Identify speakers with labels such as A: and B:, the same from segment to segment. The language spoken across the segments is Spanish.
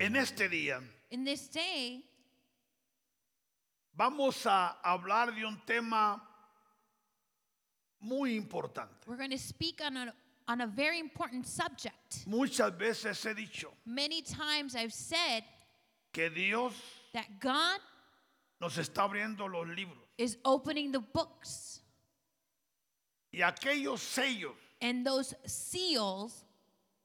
A: En este día
B: In this day,
A: vamos a hablar de un tema muy importante.
B: we're going to speak on a, on a very important subject.
A: Muchas veces he dicho
B: Many times I've said
A: que Dios
B: that God
A: nos está abriendo los libros
B: is opening the books,
A: y aquellos sellos
B: and those seals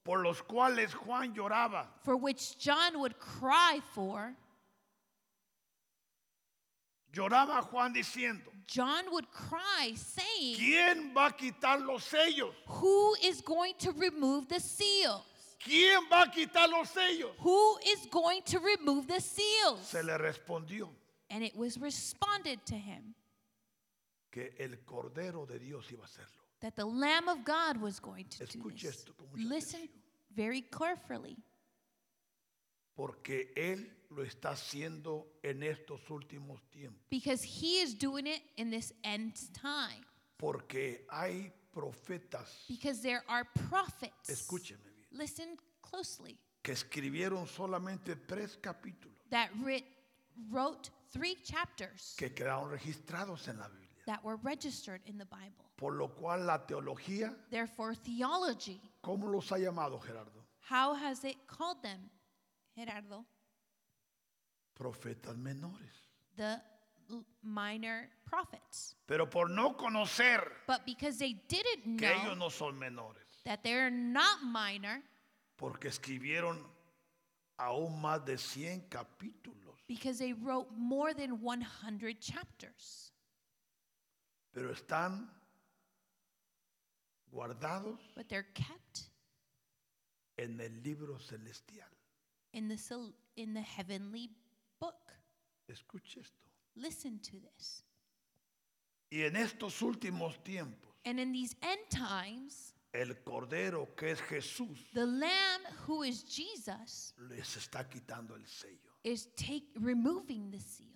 A: por los cuales Juan lloraba
B: for which John would cry for,
A: Lloraba Juan diciendo,
B: John would cry, saying,
A: ¿quién va a quitar los sellos?
B: Who is going to remove the seals?
A: ¿Quién va a quitar los sellos?
B: Who is going to remove the seals?
A: Se le respondió
B: And it was responded to him
A: que el Cordero de Dios iba a hacerlo.
B: that the Lamb of God was going to do
A: Escuche
B: this.
A: esto con mucha
B: Listen
A: atención.
B: very carefully,
A: Porque Él lo está haciendo en estos últimos tiempos.
B: because he is doing it in this end time.
A: Porque hay profetas,
B: Because there are prophets.
A: escúcheme bien,
B: Listen closely.
A: que escribieron solamente tres capítulos
B: That writ, wrote three chapters
A: que quedaron registrados en la Biblia.
B: that were registered in the Bible.
A: Por lo cual la teología,
B: Therefore, theology.
A: ¿cómo los ha llamado Gerardo?
B: How has it called them, Gerardo?
A: Profetas menores.
B: The l- minor prophets.
A: Pero por no conocer
B: But because they didn't
A: que
B: know
A: ellos no son menores,
B: that they're not minor,
A: porque escribieron aún más de 100 capítulos,
B: because they wrote more than 100 chapters,
A: pero están guardados
B: but they're kept
A: en el libro celestial.
B: in the, sil- in the heavenly book.
A: Escuche esto.
B: Listen to this.
A: Y en estos últimos tiempos,
B: And in these end times,
A: el Cordero que es Jesús
B: the Lamb who is Jesus
A: les está quitando el sello
B: is take, removing the seal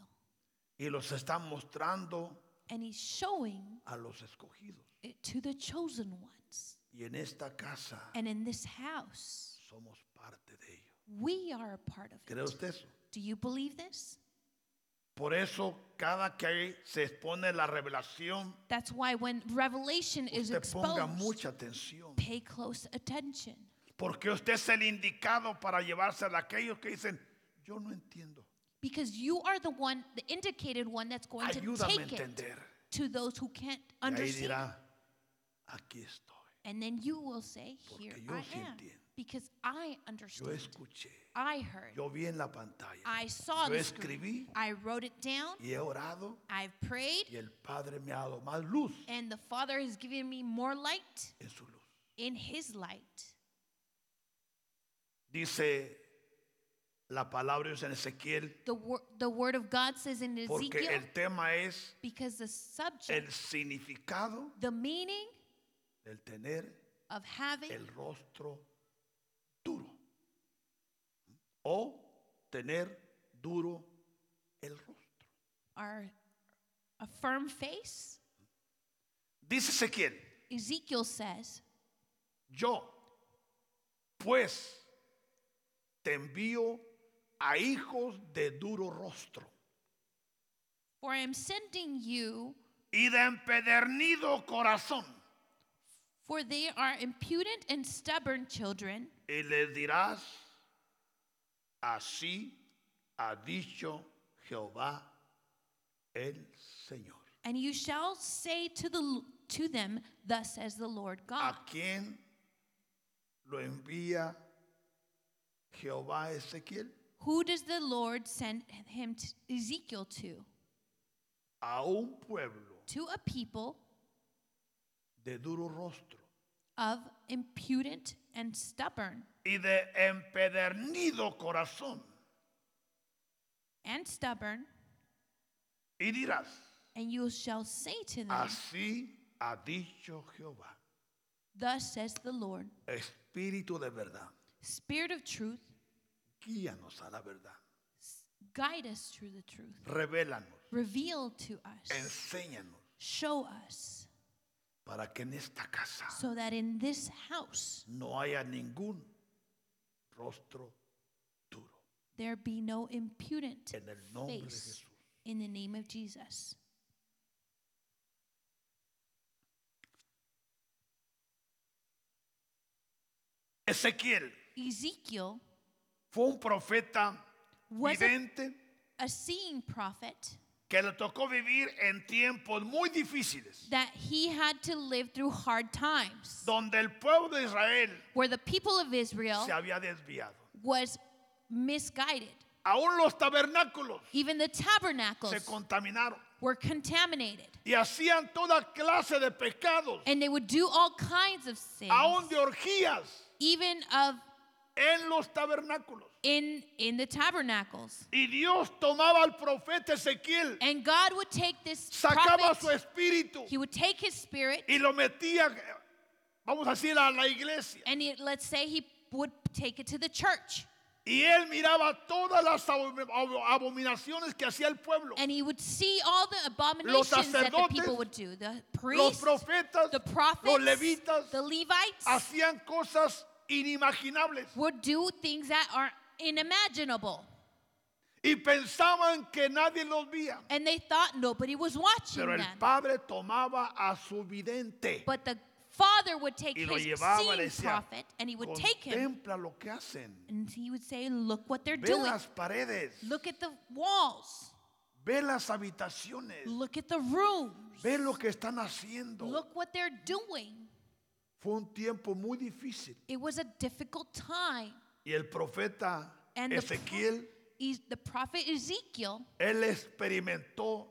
A: y los está mostrando
B: and he's showing
A: a los escogidos.
B: it to the chosen ones.
A: Y en esta casa
B: And in this house,
A: somos parte de ello.
B: we are a part of
A: ¿Cree
B: it.
A: usted eso?
B: Do you believe this?
A: Por eso cada que ahí se expone la revelación,
B: That's why when revelation is
A: usted ponga
B: exposed,
A: mucha atención.
B: pay close attention.
A: Porque usted es el indicado para llevarse a aquellos que dicen, yo no entiendo.
B: Because you are the one, the indicated one that's going to
A: Ayúdame a
B: take it
A: entender.
B: to those who can't
A: Y ahí
B: understand.
A: dirá, aquí estoy.
B: And then you will say, Here
A: Porque yo
B: I
A: sí
B: am.
A: entiendo.
B: Because I
A: Yo
B: understand.
A: escuché,
B: I heard.
A: yo vi en la pantalla,
B: I saw
A: yo
B: the
A: escribí
B: screen. I wrote it down.
A: y he orado
B: I've prayed.
A: y el Padre me ha dado más luz
B: And the Father has given me more light
A: en su luz.
B: in His light.
A: Dice la palabra de Dios en Ezequiel,
B: The, wor- the Word of God says in
A: porque
B: Ezekiel,
A: el tema es
B: because the subject,
A: el significado
B: the meaning
A: del tener
B: of having
A: el rostro duro o tener duro el rostro.
B: our a firm face,
A: Dice Ezequiel,
B: Ezekiel says,
A: yo pues te envío a hijos de duro rostro
B: For I am sending you,
A: y de empedernido corazón
B: for they are impudent and stubborn children,
A: y les dirás, así ha dicho Jehová el Señor.
B: and you shall say to, the, to them, Thus says the Lord God.
A: ¿A quién lo envía Jehová a Ezequiel?
B: Who does the Lord send him to Ezekiel to?
A: A un pueblo
B: To a people
A: de duro rostro
B: of impudent and stubborn
A: y de empedernido corazón.
B: and stubborn,
A: Y dirás,
B: and you shall say to them,
A: así ha dicho Jehová,
B: Thus says the Lord,
A: Espíritu de verdad,
B: Spirit of truth,
A: guíanos a la verdad,
B: guide us through the truth,
A: revélanos,
B: reveal to us,
A: enséñanos,
B: show us.
A: para que en esta casa
B: so that in this house
A: no haya ningún rostro duro.
B: there be no impudent
A: en el nombre de
B: face
A: Jesús.
B: in the name of Jesus.
A: Ezequiel
B: Ezekiel
A: fue un profeta
B: Was it-
A: vidente
B: a seeing prophet
A: que le tocó vivir en tiempos muy difíciles,
B: that he had to live through hard times
A: donde el pueblo de Israel
B: where the people of Israel
A: se había desviado.
B: was misguided.
A: Aún los tabernáculos
B: Even the tabernacles
A: se contaminaron
B: were contaminated.
A: y hacían toda clase de pecados,
B: And they would do all kinds of sins,
A: aún de orgías
B: even of
A: en los tabernáculos.
B: in in the tabernacles.
A: Y Dios tomaba al profeta Ezequiel,
B: And God would take this
A: sacaba su
B: prophet,
A: espíritu
B: he would take his spirit,
A: y lo metía, vamos a decir, a la iglesia.
B: and he, let's say he would take it to the church,
A: Y él miraba todas las abomi- abo- abominaciones que hacía el pueblo.
B: and he would see all the abominations that the
A: sacerdotes,
B: people would do. The
A: Los
B: priests,
A: profetas,
B: the prophets,
A: los levitas,
B: the Levites
A: hacían cosas inimaginables
B: would do things that are unimaginable,
A: y pensaban que nadie los veía.
B: and they thought nobody was watching
A: Pero
B: them.
A: el padre tomaba a su vidente.
B: But the father would take
A: Y
B: his
A: lo llevaba, le
B: seeing
A: decía,
B: prophet, and he would take him,
A: Contempla lo que hacen.
B: and he would say, "Look what they're
A: Ve
B: doing.
A: las paredes,
B: Look at the walls.
A: ve las habitaciones,
B: Look at the room.
A: ve lo que están haciendo.
B: Look what they're doing."
A: Fue un tiempo muy difícil.
B: It was a difficult time,
A: Y el profeta
B: and the, pro-
A: Ezequiel
B: Ez- the prophet Ezekiel
A: Él experimentó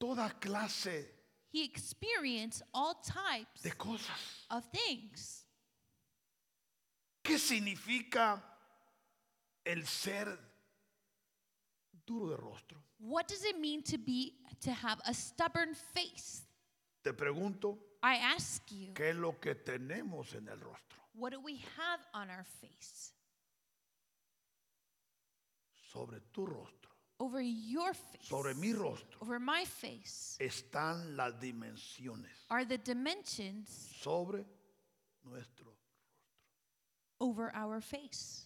A: toda clase
B: he experienced all types
A: de cosas.
B: of things.
A: ¿Qué significa el ser duro de rostro?
B: What does it mean to be to have a stubborn face?
A: Te pregunto,
B: I ask you,
A: ¿qué es lo que tenemos en el rostro?
B: what do we have on our face?
A: Sobre tu rostro,
B: Over your face,
A: sobre mi rostro,
B: over my face,
A: están las dimensiones.
B: are the dimensions
A: Sobre nuestro.
B: over our face.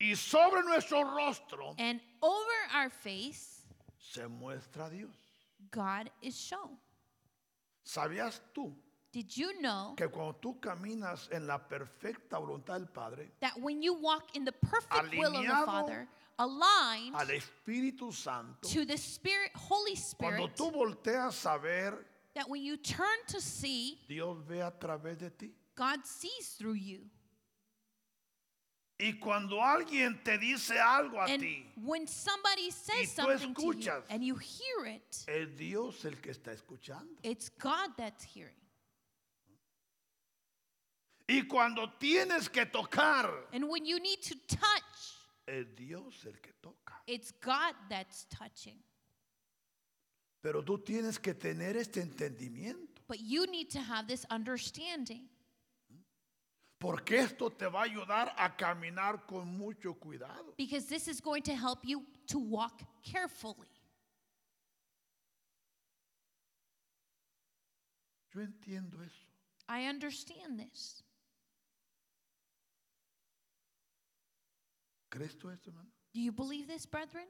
A: Y sobre nuestro rostro
B: And over our face,
A: se muestra Dios.
B: God is shown.
A: ¿Sabías tú
B: Did you know
A: que cuando tú caminas en la perfecta voluntad del Padre,
B: that when you walk in the perfect will of the
A: Alineado
B: Father, aligned
A: al Espíritu Santo,
B: to the Spirit, Holy Spirit,
A: Cuando tú volteas a ver,
B: that when you turn to see,
A: Dios ve a través de ti.
B: God sees through you.
A: Y cuando alguien te dice algo a
B: And
A: ti,
B: when somebody says
A: tú
B: something to you
A: escuchas.
B: and you hear it,
A: es Dios el que está escuchando.
B: it's God that's hearing.
A: Y cuando tienes que tocar,
B: And when you need to touch,
A: es Dios el que toca.
B: it's God that's touching.
A: Pero tú tienes que tener este entendimiento,
B: But you need to have this understanding
A: porque esto te va a ayudar a caminar con mucho cuidado.
B: because this is going to help you to walk carefully.
A: Yo entiendo eso.
B: I understand this.
A: ¿Crees tú esto, hermano?
B: Do you believe this, brethren?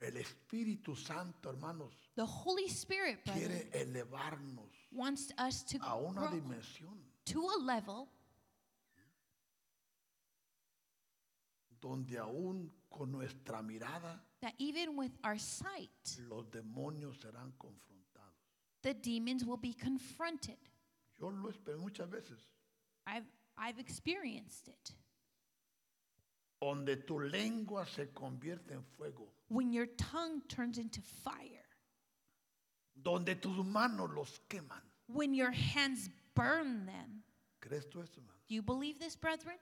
A: El Espíritu Santo, hermanos,
B: The Holy Spirit, brethren,
A: quiere elevarnos
B: wants us to
A: a una
B: grow
A: dimensión
B: to a level
A: donde aún con nuestra mirada
B: that even with our sight,
A: los demonios serán confrontados.
B: the demons will be confronted.
A: Yo lo espero muchas veces.
B: I've, I've experienced it.
A: Donde tu lengua se convierte en fuego,
B: When your tongue turns into fire,
A: donde tus manos los queman.
B: when your hands burn them.
A: ¿Crees tú esto, hermano?
B: Do you believe this, brethren?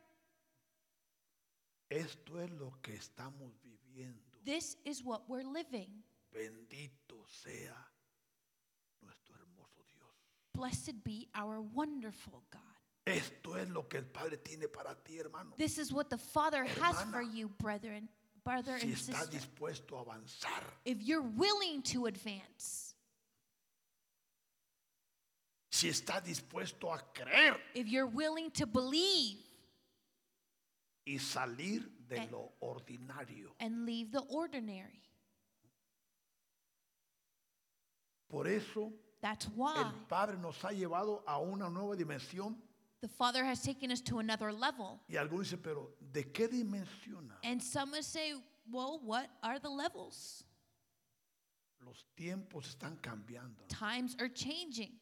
A: Esto es lo que estamos viviendo.
B: This is what we're living.
A: Bendito sea nuestro hermoso Dios.
B: Blessed be our wonderful God.
A: Esto es lo que el Padre tiene para ti, hermano.
B: This is what the Father has for
A: Hermana,
B: you, brethren, brother
A: Si
B: and
A: estás
B: sister.
A: dispuesto a avanzar,
B: If you're willing to advance,
A: si está dispuesto a creer
B: if you're willing to believe
A: y salir de lo ordinario.
B: and leave the ordinary.
A: Por eso
B: That's why
A: el Padre nos ha llevado a una nueva dimensión
B: the Father has taken us to another level.
A: y algunos dicen, pero ¿de qué dimensiona?
B: And some would say, well, what are the levels?
A: Los tiempos están cambiando. ¿no?
B: Times are changing.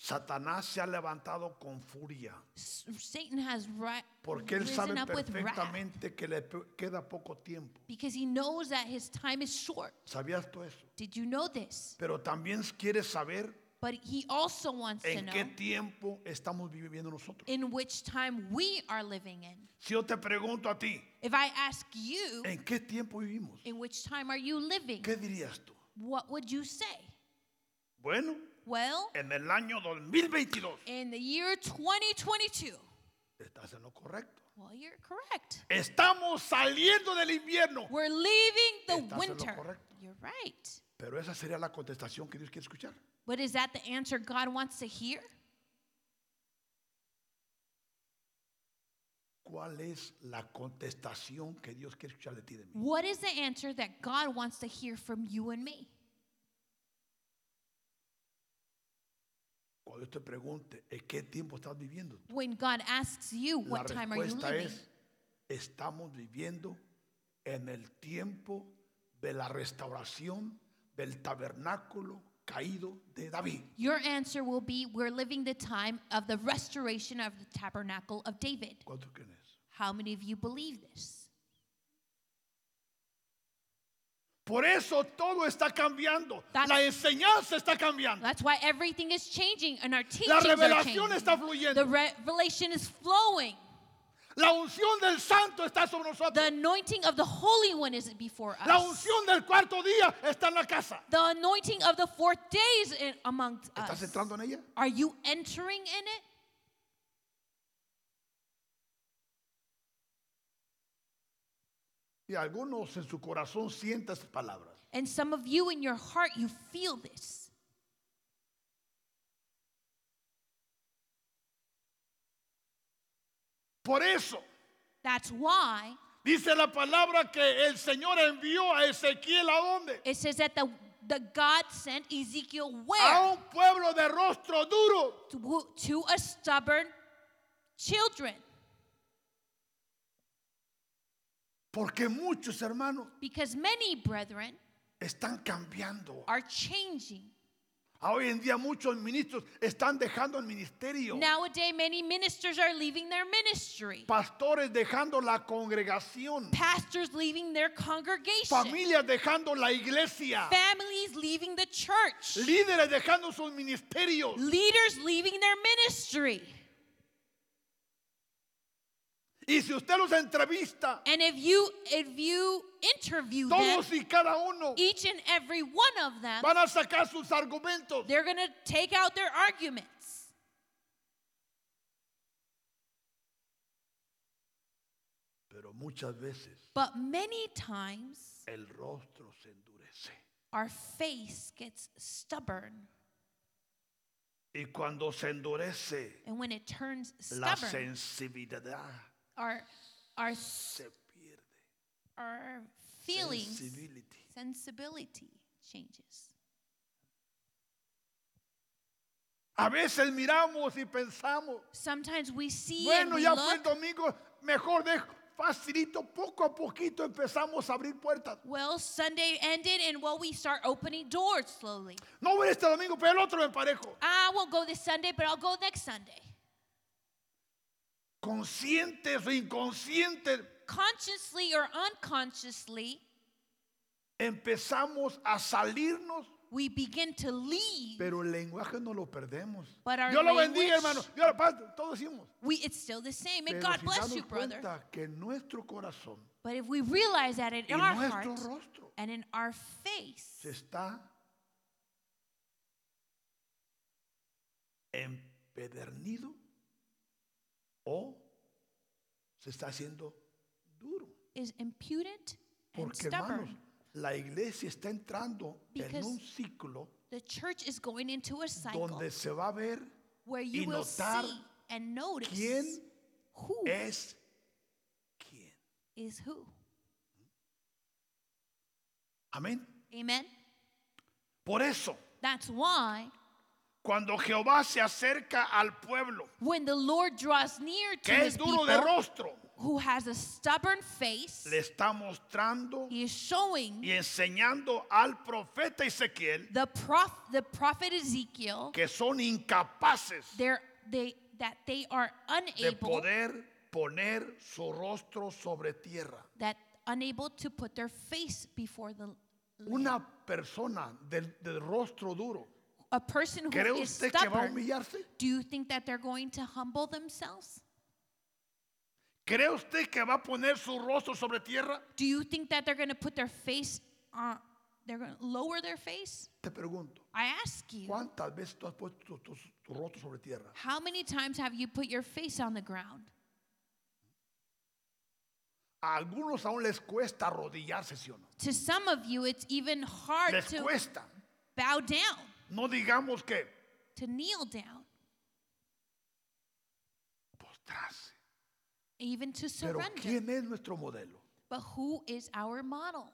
A: Satanás se ha levantado con furia
B: S- Satan has ri-
A: porque él sabe
B: risen up with wrath
A: perfectamente que le pe- queda poco tiempo.
B: because he knows that his time is short.
A: ¿Sabías tú eso?
B: Did you know this?
A: Pero también quiere saber
B: But he also wants to
A: en
B: know
A: qué tiempo estamos viviendo nosotros.
B: in which time we are living in.
A: Si yo te pregunto a ti,
B: If I ask you,
A: ¿en qué tiempo vivimos?
B: in which time are you living?
A: ¿Qué dirías tú?
B: What would you say?
A: Bueno,
B: Well,
A: en el año 2022
B: in the year 2022.
A: estás en lo correcto.
B: Well, you're correct.
A: Estamos saliendo del invierno.
B: We're leaving
A: Estás en
B: the
A: lo
B: winter.
A: correcto.
B: You're right.
A: Pero esa sería la contestación que Dios quiere escuchar.
B: But is that the answer God wants to hear?
A: ¿Cuál es la contestación que Dios quiere escuchar de ti y de mí?
B: What is the answer that God wants to hear from you and me?
A: Cuando Dios te pregunte, ¿en qué tiempo estás viviendo?
B: When God asks you,
A: La
B: What time are you
A: respuesta
B: living?
A: es, estamos viviendo en el tiempo de la restauración del tabernáculo caído de David.
B: Your answer will be, We're living the time of the restoration of the tabernacle of David.
A: ¿Cuántos creen eso?
B: How many of you believe this?
A: Por eso todo está cambiando.
B: That's-
A: la enseñanza está cambiando.
B: That's why everything is changing and our
A: la
B: teachings are
A: revelación
B: changing.
A: está fluyendo.
B: The revelation is flowing.
A: La unción del santo está sobre nosotros.
B: The anointing of the Holy One is before us.
A: La unción del cuarto día está en la casa.
B: The anointing of the fourth day is in, amongst
A: ¿Estás
B: us.
A: entrando en ella?
B: Are you entering in it?
A: Y algunos en su corazón sienten estas palabras.
B: And some of you in your heart, you feel this.
A: Por eso
B: That's why
A: dice la palabra que el Señor envió a Ezequiel a dónde?
B: it says that the, the God sent Ezekiel
A: A
B: where?
A: un pueblo de rostro duro.
B: To, to a stubborn children.
A: Porque muchos hermanos
B: Because many brethren
A: están cambiando.
B: are changing.
A: A Hoy en día muchos ministros están dejando el ministerio.
B: Nowadays, many ministers are leaving their ministry.
A: Pastores dejando la congregación.
B: pastors leaving their congregation,
A: Familias dejando la iglesia.
B: families leaving the church,
A: Líderes dejando sus ministerios.
B: leaders leaving their ministry.
A: Y si usted los entrevista,
B: And if you if you interview them,
A: todos y cada uno
B: each and every one of them,
A: van a sacar sus argumentos.
B: they're going to take out their arguments.
A: Pero muchas veces
B: But many times
A: el rostro se endurece.
B: our face gets stubborn,
A: Y cuando se endurece,
B: and when it turns
A: la
B: stubborn,
A: sensibilidad
B: our our
A: se pierde.
B: our feelings,
A: Sensibility.
B: sensibility changes.
A: A veces miramos y pensamos,
B: Sometimes we see and
A: bueno,
B: we
A: ya fue el
B: look
A: domingo, mejor dejo. Facilito, poco a poquito empezamos a abrir puertas.
B: Well, Sunday ended, and well, we start opening doors slowly.
A: No voy este domingo, pero el otro me parejo.
B: I won't go this Sunday, but I'll go next Sunday.
A: Conscientes o inconscientes,
B: Consciously or unconsciously,
A: empezamos a salirnos
B: we begin to leave.
A: Pero el lenguaje no lo perdemos.
B: But our
A: Dios lo bendiga,
B: language-
A: hermano. Dios lo paz, todos decimos.
B: We, it's still the same.
A: Pero
B: And God
A: si
B: bless
A: darnos
B: you, brother.
A: cuenta que nuestro corazón
B: But if we realize that in
A: y
B: our heart
A: nuestro rostro
B: and in our
A: se
B: face,
A: está empedernido o se está haciendo duro.
B: is impudent and
A: Porque,
B: stubborn.
A: hermanos, la iglesia está entrando en
B: Because-
A: un ciclo
B: The church is going into a cycle
A: donde se va a ver
B: where
A: y
B: you will
A: notar
B: see and notice
A: quién
B: who
A: es quién.
B: is who.
A: Amén.
B: Amen.
A: Por eso,
B: That's why
A: cuando Jehová se acerca al pueblo,
B: when the Lord draws near to
A: que
B: his
A: es duro
B: people
A: de rostro,
B: who has a stubborn face,
A: le está mostrando
B: he is showing
A: y enseñando al profeta Ezequiel
B: the prof the prophet Ezekiel
A: que son incapaces
B: they're, they that they are
A: de
B: unable
A: poder poner su rostro sobre tierra.
B: that unable to put their face before the
A: Una persona del, del rostro duro,
B: a person
A: ¿cree
B: who is
A: usted que va a
B: stubborn.
A: humillarse?
B: Do you think that they're going to humble themselves?
A: ¿Cree usted que va a poner su rostro sobre tierra?
B: Do you think that they're going to put their face on? They're going to lower their face?
A: Te pregunto,
B: I ask you,
A: ¿cuántas veces tú has puesto tu, tu- tu rostro sobre tierra?
B: how many times have you put your face on the ground?
A: A algunos aún les cuesta arrodillarse, ¿sí o no?
B: To some of you, it's even hard
A: Les
B: to
A: cuesta.
B: bow down,
A: No digamos que
B: to kneel down,
A: postrarse.
B: even to
A: Pero
B: surrender.
A: ¿quién es nuestro modelo?
B: But who is our model?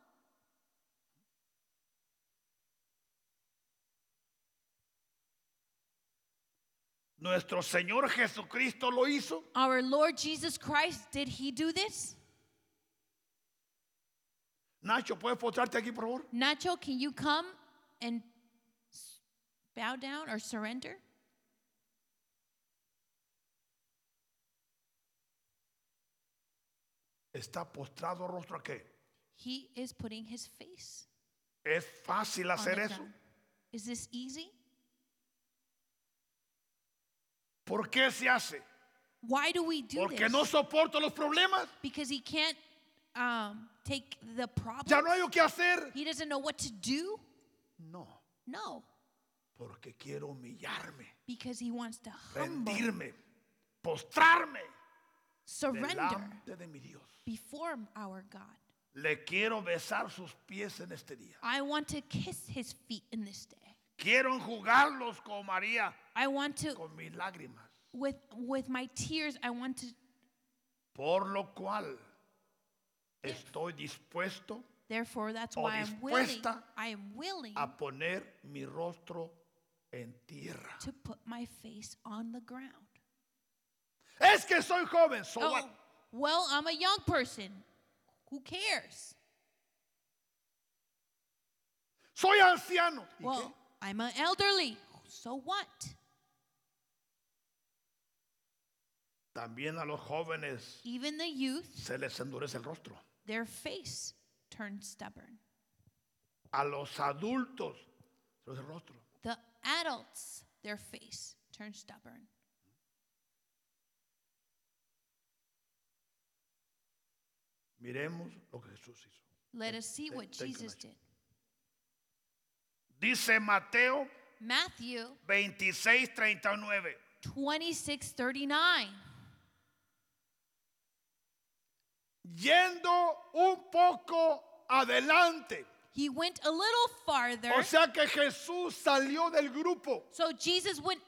A: Nuestro Señor Jesucristo lo hizo.
B: Our Lord Jesus Christ, did he do this?
A: Nacho, ¿puedes postrarte aquí, por favor?
B: Nacho, can you come and s- bow down or surrender?
A: Está postrado rostro a qué?
B: He is putting his face
A: ¿Es fácil
B: on the
A: hacer eso?
B: ground. Is this easy?
A: ¿Por qué se hace?
B: Why do we do
A: Porque
B: this?
A: no soporto los problemas.
B: because he can't um, take the problem.
A: Ya no hay qué hacer.
B: He doesn't know what to do.
A: No,
B: No,
A: porque quiero humillarme,
B: because he wants to humble,
A: rendirme, postrarme
B: surrender
A: delante de mi Dios.
B: before our God.
A: Le quiero besar sus pies en este día.
B: I want to kiss his feet in this day.
A: Quiero enjugarlos con María,
B: I want to
A: con mis lágrimas.
B: with with my tears. I want to.
A: Por lo cual estoy dispuesto
B: Therefore, that's
A: O
B: why I'm willing.
A: dispuesta
B: I am willing
A: a poner mi rostro en tierra.
B: to put my face on the ground.
A: Es que soy joven, so what?
B: Oh, well, I'm a young person. Who cares?
A: soy anciano. ¿Y qué?
B: Well, I'm an elderly. So what?
A: También a los jóvenes
B: Even the youth,
A: se les endurece el rostro.
B: their face turns stubborn.
A: A los adultos se les endurece el rostro.
B: The adults, their face turns stubborn.
A: Miremos lo que Jesús hizo.
B: Let us see
A: Thank-
B: what
A: thank you,
B: Jesus
A: Nacho.
B: did.
A: Dice Mateo
B: Matthew
A: 26, 39.
B: 26 39.
A: Yendo un poco adelante.
B: He went a little farther.
A: O sea que Jesús salió del grupo
B: so Jesus went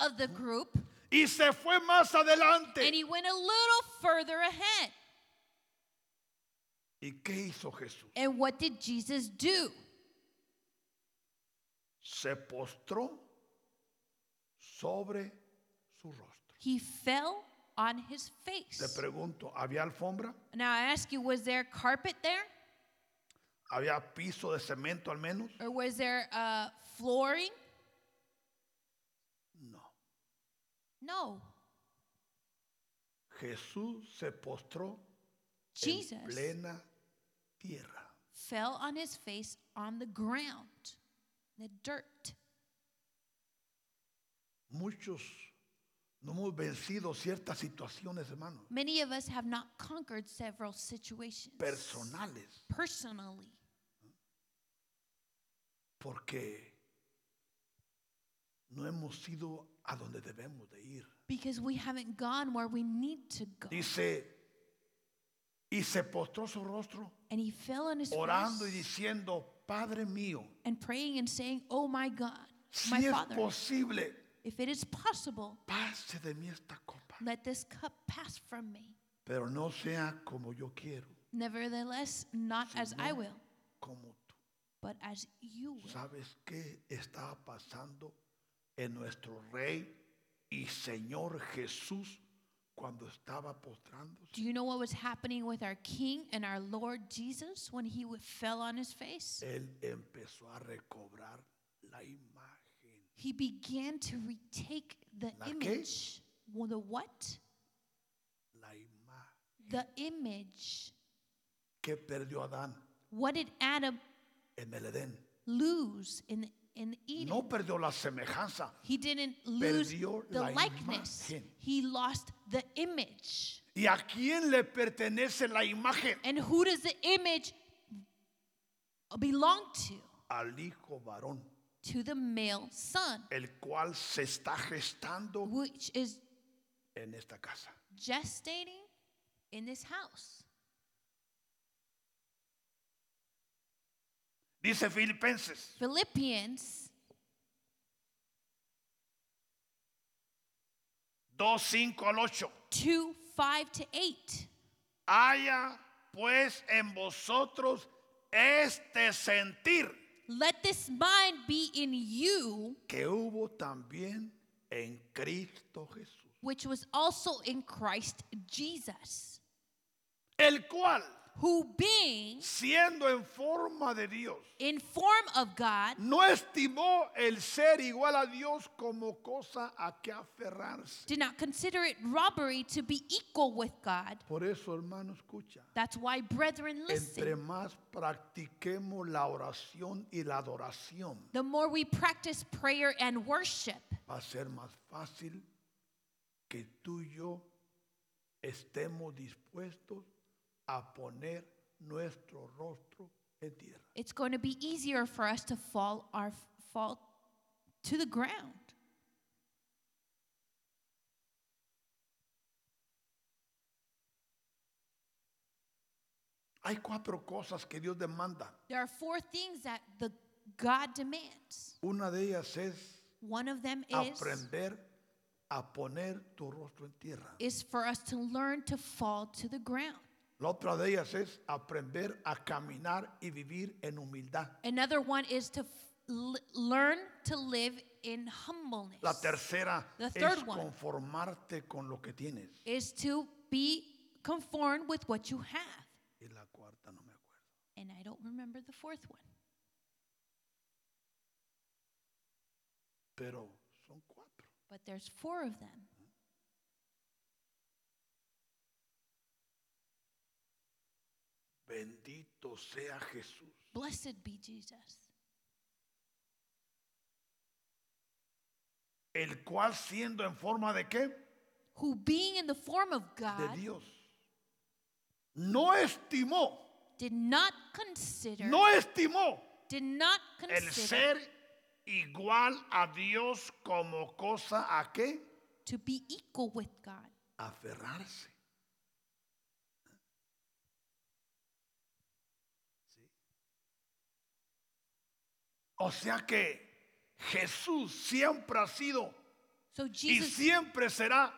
B: out of the group
A: y se fue más
B: and
A: adelante.
B: he went a little further ahead.
A: ¿Y qué hizo Jesús?
B: And what did Jesus do?
A: Se postró sobre su rostro.
B: He fell on his
A: Te
B: face.
A: pregunto, ¿había alfombra?
B: Now I ask you, was there carpet there?
A: ¿Había piso de cemento al menos?
B: Or was there uh, flooring?
A: No.
B: No.
A: Jesús se postró
B: Jesus
A: en plena tierra.
B: fell on his face on the ground, the dirt.
A: Muchos no hemos vencido ciertas situaciones, hermanos,
B: Many of us have not conquered several situations
A: personales,
B: personally
A: porque no hemos ido a donde debemos de ir.
B: because we haven't gone where we need to go.
A: Dice y se postró su rostro
B: And he fell on his
A: orando y
B: face
A: diciendo, Padre mío,
B: and praying and saying, Oh my God, my
A: si es
B: Father,
A: posible,
B: if it is possible,
A: pase de mí esta copa,
B: let this cup pass from me.
A: pero no sea como yo quiero,
B: Nevertheless, not as I will,
A: como tú.
B: but as you will.
A: ¿Sabes qué estaba pasando en nuestro Rey y Señor Jesús cuando estaba postrándose?
B: Do you know what was happening with our King and our Lord Jesus when he w- fell on his face?
A: Él empezó a recobrar la imagen.
B: He began to retake the
A: La qué?
B: image. Well, The what?
A: La imagen
B: The image.
A: que perdió Adán
B: What did Adam
A: en el Edén.
B: lose in, in Eden?
A: No perdió la semejanza.
B: He didn't lose
A: Perdió
B: the
A: la
B: likeness.
A: imagen.
B: He lost the image.
A: ¿Y a quién le pertenece la imagen?
B: And who does the image belong to?
A: Al hijo varón,
B: To the male son,
A: el cual se está gestando
B: which is
A: en esta casa.
B: gestating in this house.
A: Dice Filipenses
B: Philippians
A: 2, 5 al 8.
B: 2 5 to 8.
A: Haya pues en vosotros este sentir
B: Let this mind be in you,
A: que hubo también en Cristo Jesús,
B: which was also in Christ Jesus,
A: el cual,
B: who being
A: siendo en forma de Dios,
B: in form of God,
A: no estimó el ser igual a Dios como cosa a que aferrarse.
B: did not consider it robbery to be equal with God.
A: Por eso, hermano, escucha.
B: That's why, brethren,
A: Entre
B: listen.
A: más practiquemos la oración y la adoración,
B: The more we practice prayer and worship,
A: va a ser más fácil que tú y yo estemos dispuestos a poner nuestro rostro en tierra.
B: it's going to be easier for us to fall our fall to the ground.
A: Hay cuatro cosas que Dios demanda.
B: There are four things that the God demands.
A: Una de ellas es
B: One of them is
A: aprender a poner tu rostro en tierra.
B: is for us to learn to fall to the ground.
A: La otra de ellas es aprender a caminar y vivir en humildad.
B: Another one is to f- l- learn to live in humbleness.
A: La tercera
B: The
A: es
B: third one.
A: conformarte con lo que tienes.
B: is to be conformed with what you have.
A: Y la cuarta no me acuerdo.
B: And I don't remember the fourth one.
A: Pero son cuatro.
B: But there's four of them.
A: Bendito sea Jesús.
B: Blessed be Jesus,
A: El cual siendo en forma de qué?
B: who being in the form of
A: De
B: God
A: Dios. No estimó,
B: did not consider
A: no estimó
B: did not
A: el
B: consider
A: ser igual a Dios como cosa a qué?
B: to be equal with God.
A: Aferrarse. Sí. O sea que Jesús siempre ha sido
B: So
A: Y
B: Jesus
A: siempre será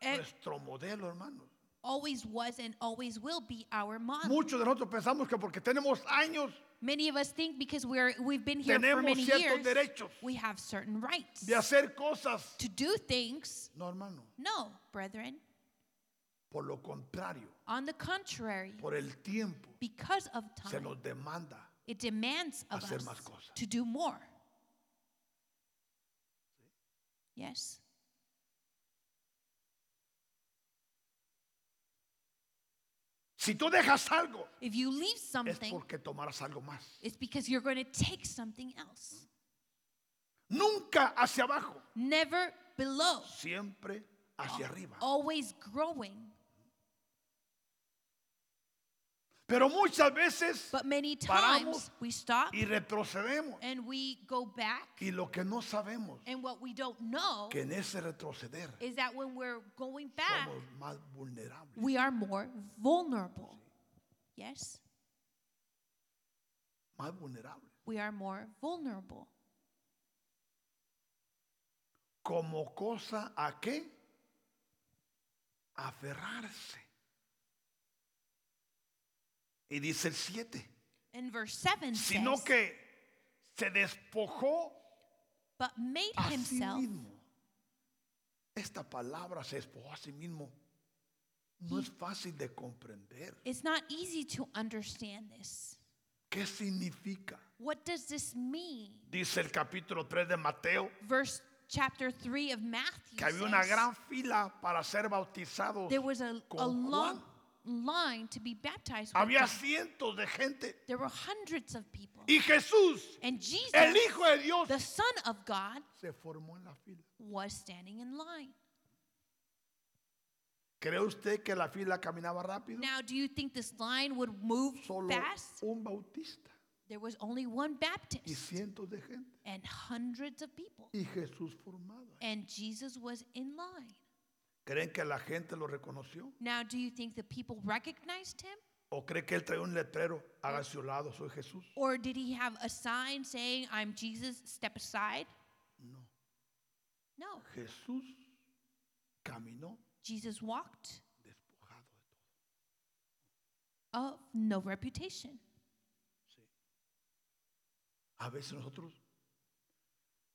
B: eh,
A: nuestro modelo, hermanos.
B: always was and always will be our model.
A: Muchos de nosotros pensamos que porque tenemos años
B: Many of us think because we're we've been here for
A: Tenemos
B: many
A: ciertos
B: years,
A: derechos.
B: we have certain rights
A: de hacer cosas.
B: to do things.
A: No, hermano.
B: No, brethren.
A: Por lo contrario,
B: On the contrary,
A: por el tiempo
B: because of
A: se
B: time,
A: nos demanda.
B: it demands of
A: hacer
B: us
A: más cosas.
B: to do more. Yes.
A: Si tú dejas algo,
B: If you leave
A: es
B: something,
A: porque tomarás algo más.
B: it's because you're going to take something else.
A: Nunca hacia abajo,
B: Never below,
A: siempre
B: Oh.
A: hacia arriba.
B: always growing.
A: Pero muchas veces
B: But many
A: Paramos
B: times we stop
A: y retrocedemos.
B: and we go back,
A: Y lo que no sabemos,
B: and what we don't know
A: que en ese retroceder
B: is that when we're going back,
A: somos más vulnerables.
B: we are more vulnerable. Yes,
A: más vulnerables.
B: we are more vulnerable
A: Como cosa a qué aferrarse. Y dice el 7,
B: And verse 7
A: sino
B: says,
A: que se despojó
B: but made
A: a sí
B: himself.
A: mismo. Esta palabra se despojó a sí mismo. No es fácil de comprender.
B: It's not easy to understand this.
A: ¿Qué significa?
B: What does this mean?
A: Dice el capítulo 3 de Mateo
B: Verse chapter 3 of Matthew
A: que había una
B: says,
A: gran fila para ser bautizados.
B: there was a,
A: con
B: a long
A: Juan.
B: line to be baptized. with
A: Había
B: John.
A: cientos de gente.
B: There were hundreds of people.
A: Y Jesús,
B: And Jesus,
A: el Hijo de Dios,
B: the Son of God,
A: se formó en la fila.
B: was standing in line.
A: ¿Cree usted que la fila caminaba rápido?
B: Now, do you think this line would move
A: Solo
B: fast?
A: un bautista
B: There was only one
A: y
B: Baptist
A: cientos de gente.
B: and hundreds of people.
A: Y Jesús formado.
B: And Jesus was in line.
A: ¿Creen que la gente lo reconoció?
B: Now, do you think the people recognized him?
A: ¿O cree que él traía un letrero? Hágase a un lado, soy Jesús.
B: Or did he have a sign saying, I'm Jesus, step aside?
A: No.
B: No.
A: Jesús caminó
B: Jesus walked
A: despojado de todo.
B: of no reputation.
A: A veces nosotros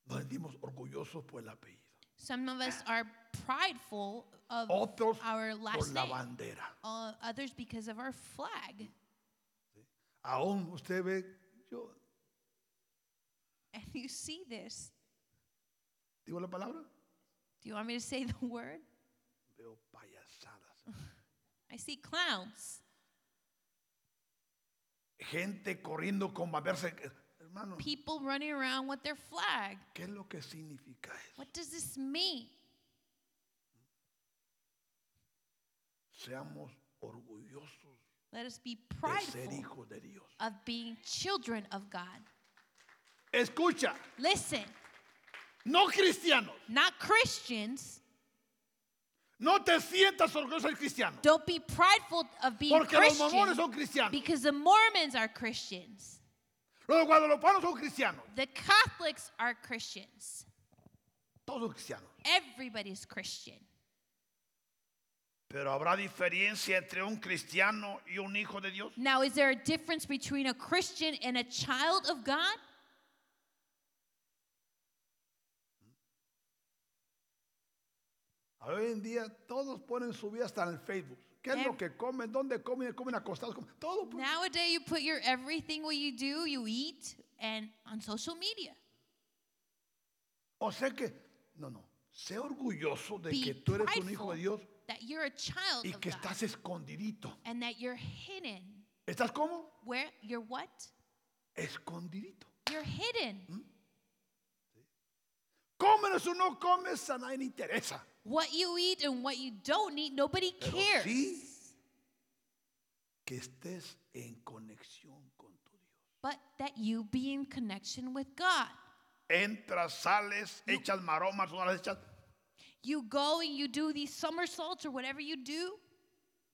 A: nos sentimos orgullosos por el apellido.
B: Some of us are prideful of
A: Otros
B: our
A: por
B: last
A: la
B: name,
A: bandera.
B: uh, others because of our flag.
A: Aún usted ve, yo
B: And you see this.
A: digo la palabra,
B: Do you want me to say the word?
A: veo payasadas.
B: I see clowns,
A: Gente corriendo con baberse. Hermano,
B: people running around with their flag.
A: ¿qué es lo que significa eso?
B: What does this mean?
A: Seamos orgullosos
B: Let us be
A: de ser
B: prideful
A: hijos de Dios.
B: of being children of God.
A: Escucha,
B: Listen,
A: no cristianos.
B: not Christians.
A: No te sientas orgulloso del cristiano.
B: Don't be prideful of being
A: Porque los
B: Christian
A: mormones son cristianos.
B: because the Mormons are Christians.
A: Los guadalupanos son cristianos.
B: The Catholics are Christians.
A: Todos son cristianos.
B: Everybody's Christian.
A: Pero habrá diferencia entre un cristiano y un hijo de Dios.
B: Now, is there a difference between a Christian and a child of God?
A: Hoy en día todos ponen su vida hasta en el Facebook. ¿Qué es lo
B: Em-
A: que comen? ¿Dónde comen? ¿Comen acostados? comen- Todo. pues.
B: Nowadays, you put your everything what you do, you eat, and on social media.
A: O sea que, no, no. Sé orgulloso de que
B: Be
A: tú eres un hijo
B: prideful
A: de Dios
B: that you're a child
A: y
B: of
A: que
B: God
A: estás escondidito.
B: and that you're hidden.
A: ¿Estás cómo?
B: Where you're what?
A: Escondidito.
B: You're hidden.
A: Cómenos o no comes, a nadie le interesa.
B: What you eat and what you don't eat, nobody
A: Pero
B: cares.
A: sí que estés en conexión con tu Dios.
B: but that you be in connection with God.
A: Entras, sales, echas maromas, no las echas.
B: You go and you do these somersaults or whatever you do.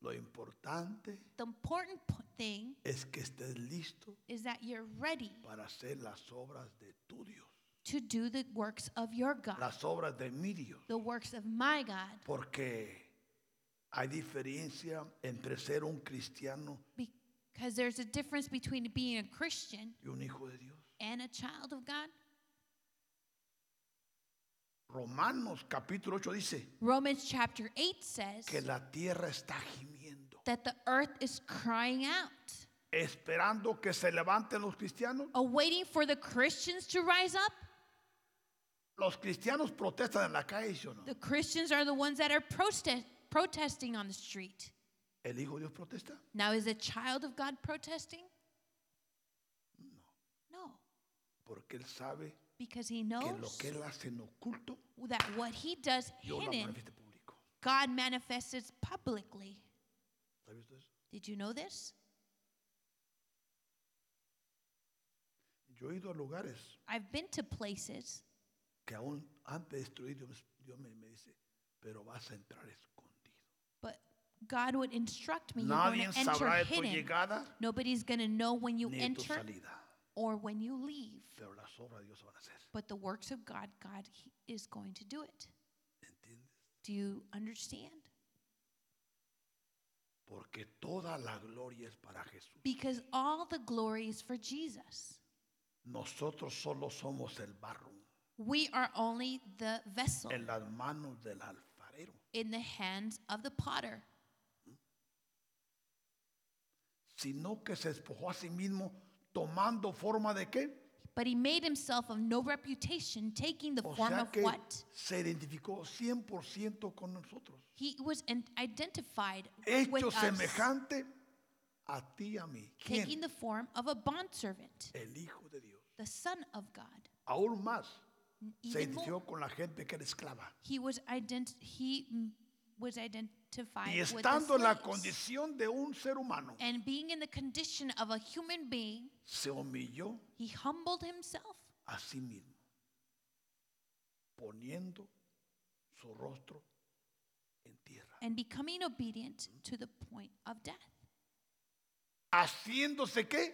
A: Lo importante
B: The important po- thing
A: es que estés listo
B: is that you're ready
A: para hacer las obras de tu Dios,
B: to do the works of your God,
A: las obras de mi Dios,
B: the works of my God,
A: porque hay diferencia entre ser un cristiano
B: because there's a difference between being a Christian
A: y un hijo de Dios.
B: and a child of God.
A: Romanos capítulo 8 dice
B: Romans chapter 8 says
A: que la tierra está gimiendo,
B: that the earth is crying out,
A: esperando que se levanten los cristianos.
B: awaiting for the Christians to rise up.
A: Los cristianos protestan en la calle, ¿sí o no?
B: The Christians are the ones that are protest- protesting on the street.
A: ¿El Hijo de Dios protesta?
B: Now, is a child of God protesting? No,
A: Porque Él sabe
B: because he
A: que lo
B: knows
A: que Él hace en oculto,
B: that what he does
A: Dios lo
B: hidden,
A: manifiesta en público.
B: God manifests it publicly.
A: ¿Sabes esto eso?
B: Did you know this?
A: Yo he ido a lugares
B: I've been to places
A: que aún antes de destruir, Dios, Dios me, me dice, pero vas a entrar escondido.
B: but God would instruct me, you're going
A: Nadie
B: to enter
A: sabrá de tu
B: hidden.
A: llegada
B: Nobody's going to know when you
A: ni de tu
B: enter
A: salida.
B: or when you leave.
A: Pero las obras de Dios se van a hacer.
B: But the works of God, God he- is going to do it.
A: ¿Entiendes?
B: Do you understand?
A: Porque toda la gloria es para Jesús.
B: Because all the glory is for Jesus.
A: Nosotros solo somos el barro
B: We are only the vessel
A: en las manos del alfarero.
B: in the hands of the potter.
A: Sino que se despojó a sí mismo tomando forma de qué?
B: But he made himself of no reputation, taking the
A: O
B: form
A: sea
B: of
A: que
B: what?
A: se identificó 100% con nosotros.
B: He was in- identified with
A: Hecho
B: us,
A: semejante a ti y a mí.
B: taking
A: ¿Quién?
B: the form of a bondservant,
A: El Hijo de Dios.
B: the Son of God.
A: Aún más, se
B: Even more,
A: identificó con la gente que era esclava.
B: he was, ident- he mm, was identified
A: Y
B: with the
A: estando en la
B: slaves.
A: condición de un ser humano,
B: And being in the condition of a human being,
A: se humilló
B: he humbled himself,
A: a sí mismo, poniendo su rostro en tierra,
B: and becoming obedient to the point of death,
A: haciéndose qué?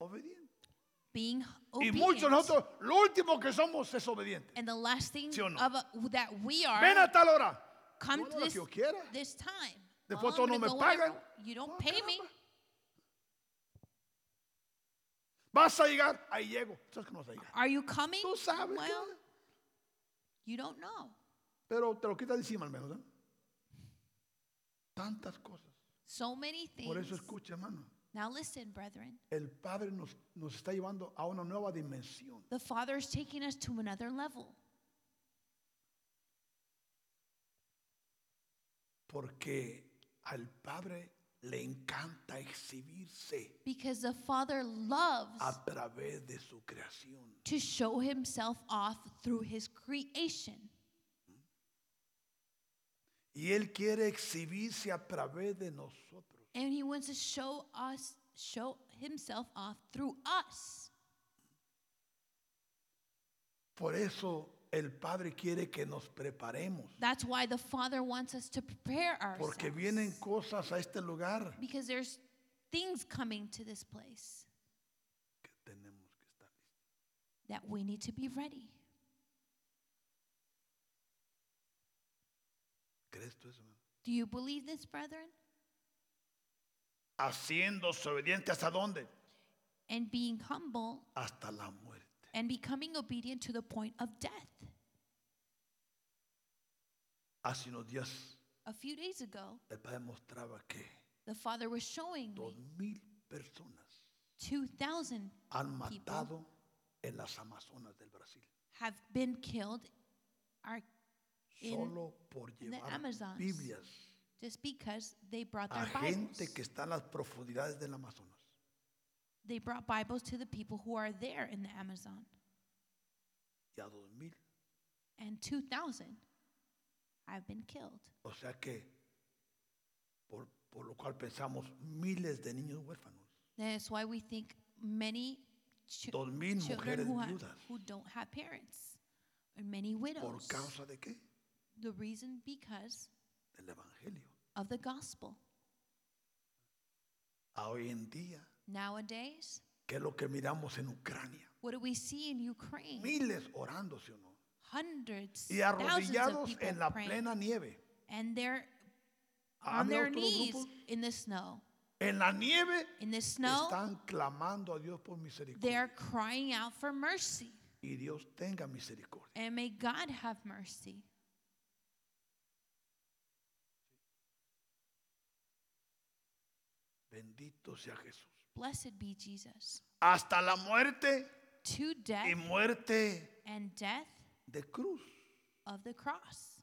A: Obediente.
B: being h-
A: Y
B: obedient.
A: muchos de nosotros, lo último que somos es obediente.
B: and the last thing
A: ¿Sí o no?
B: of a- that we are
A: Ven a tal hora.
B: come
A: Yo
B: to
A: hago lo
B: this,
A: que yo quiera.
B: this time.
A: Después
B: Well, I'm
A: tú no
B: gonna
A: me
B: go
A: pagas.
B: whenever- You don't
A: Ah,
B: pay me.
A: caramba. Vas a llegar, ahí llego. Sabes que no vas a llegar.
B: Are you coming?
A: Tú sabes. que-
B: well, you don't know.
A: Pero te lo quitas de encima al menos. ¿eh? Tantas cosas.
B: So many things.
A: Por eso escucha, hermano.
B: now listen, brethren.
A: El Padre nos, nos está llevando a una nueva dimensión.
B: The Father is taking us to another level
A: Porque al Padre le encanta exhibirse
B: because the Father loves
A: a través de su creación.
B: to show himself off through his creation.
A: Y Él quiere exhibirse a través de nosotros.
B: And he wants to show us show himself off through us.
A: Por eso el Padre quiere que nos preparemos.
B: That's why the Father wants us to prepare ourselves.
A: Porque vienen cosas a este lugar
B: because there's things coming to this place
A: que tenemos que estar listos.
B: that we need to be ready.
A: ¿Crees tú eso, hermano?
B: Do you believe this, brethren?
A: Haciéndose obediente hasta dónde?
B: And being humble
A: Hasta la muerte.
B: and becoming obedient to the point of death.
A: Hace unos días
B: A few days ago,
A: el Padre mostraba que
B: the Father was showing
A: dos
B: me
A: mil personas
B: 2,000
A: han
B: People.
A: matado en las Amazonas del Brasil.
B: have been killed are In
A: Solo por
B: the
A: llevar
B: Amazons.
A: Biblias
B: just because they brought
A: a
B: their
A: gente
B: Bibles.
A: que está en las profundidades del Amazonas.
B: They brought Bibles to the people who are there in the Amazon.
A: Y a dos mil.
B: And 2,000 have been killed.
A: O sea que, por, por lo cual pensamos miles de niños huérfanos,
B: That's why we think many chi-
A: dos mil mujeres
B: children who, ha-
A: viudas.
B: who don't have parents and many
A: ¿Por
B: widows.
A: causa de qué?
B: The reason because
A: Del Evangelio.
B: of the gospel.
A: A hoy en día,
B: Nowadays,
A: que es lo que miramos en Ucrania.
B: what do we see in Ukraine?
A: Miles orándose o no.
B: Hundreds,
A: Y
B: Mm. thousands of
A: arrodillados
B: people
A: en la
B: praying.
A: plena nieve.
B: and they're
A: ¿Ha
B: on
A: habido
B: their
A: otro
B: knees
A: grupo?
B: in the snow.
A: En la nieve
B: In the snow,
A: están clamando a Dios por
B: they are
A: misericordia.
B: crying out for mercy.
A: Y Dios tenga misericordia.
B: And may God have mercy.
A: Bendito sea Jesús.
B: Blessed be Jesus.
A: Hasta la muerte
B: To death
A: y muerte
B: and death
A: de cruz.
B: of the cross.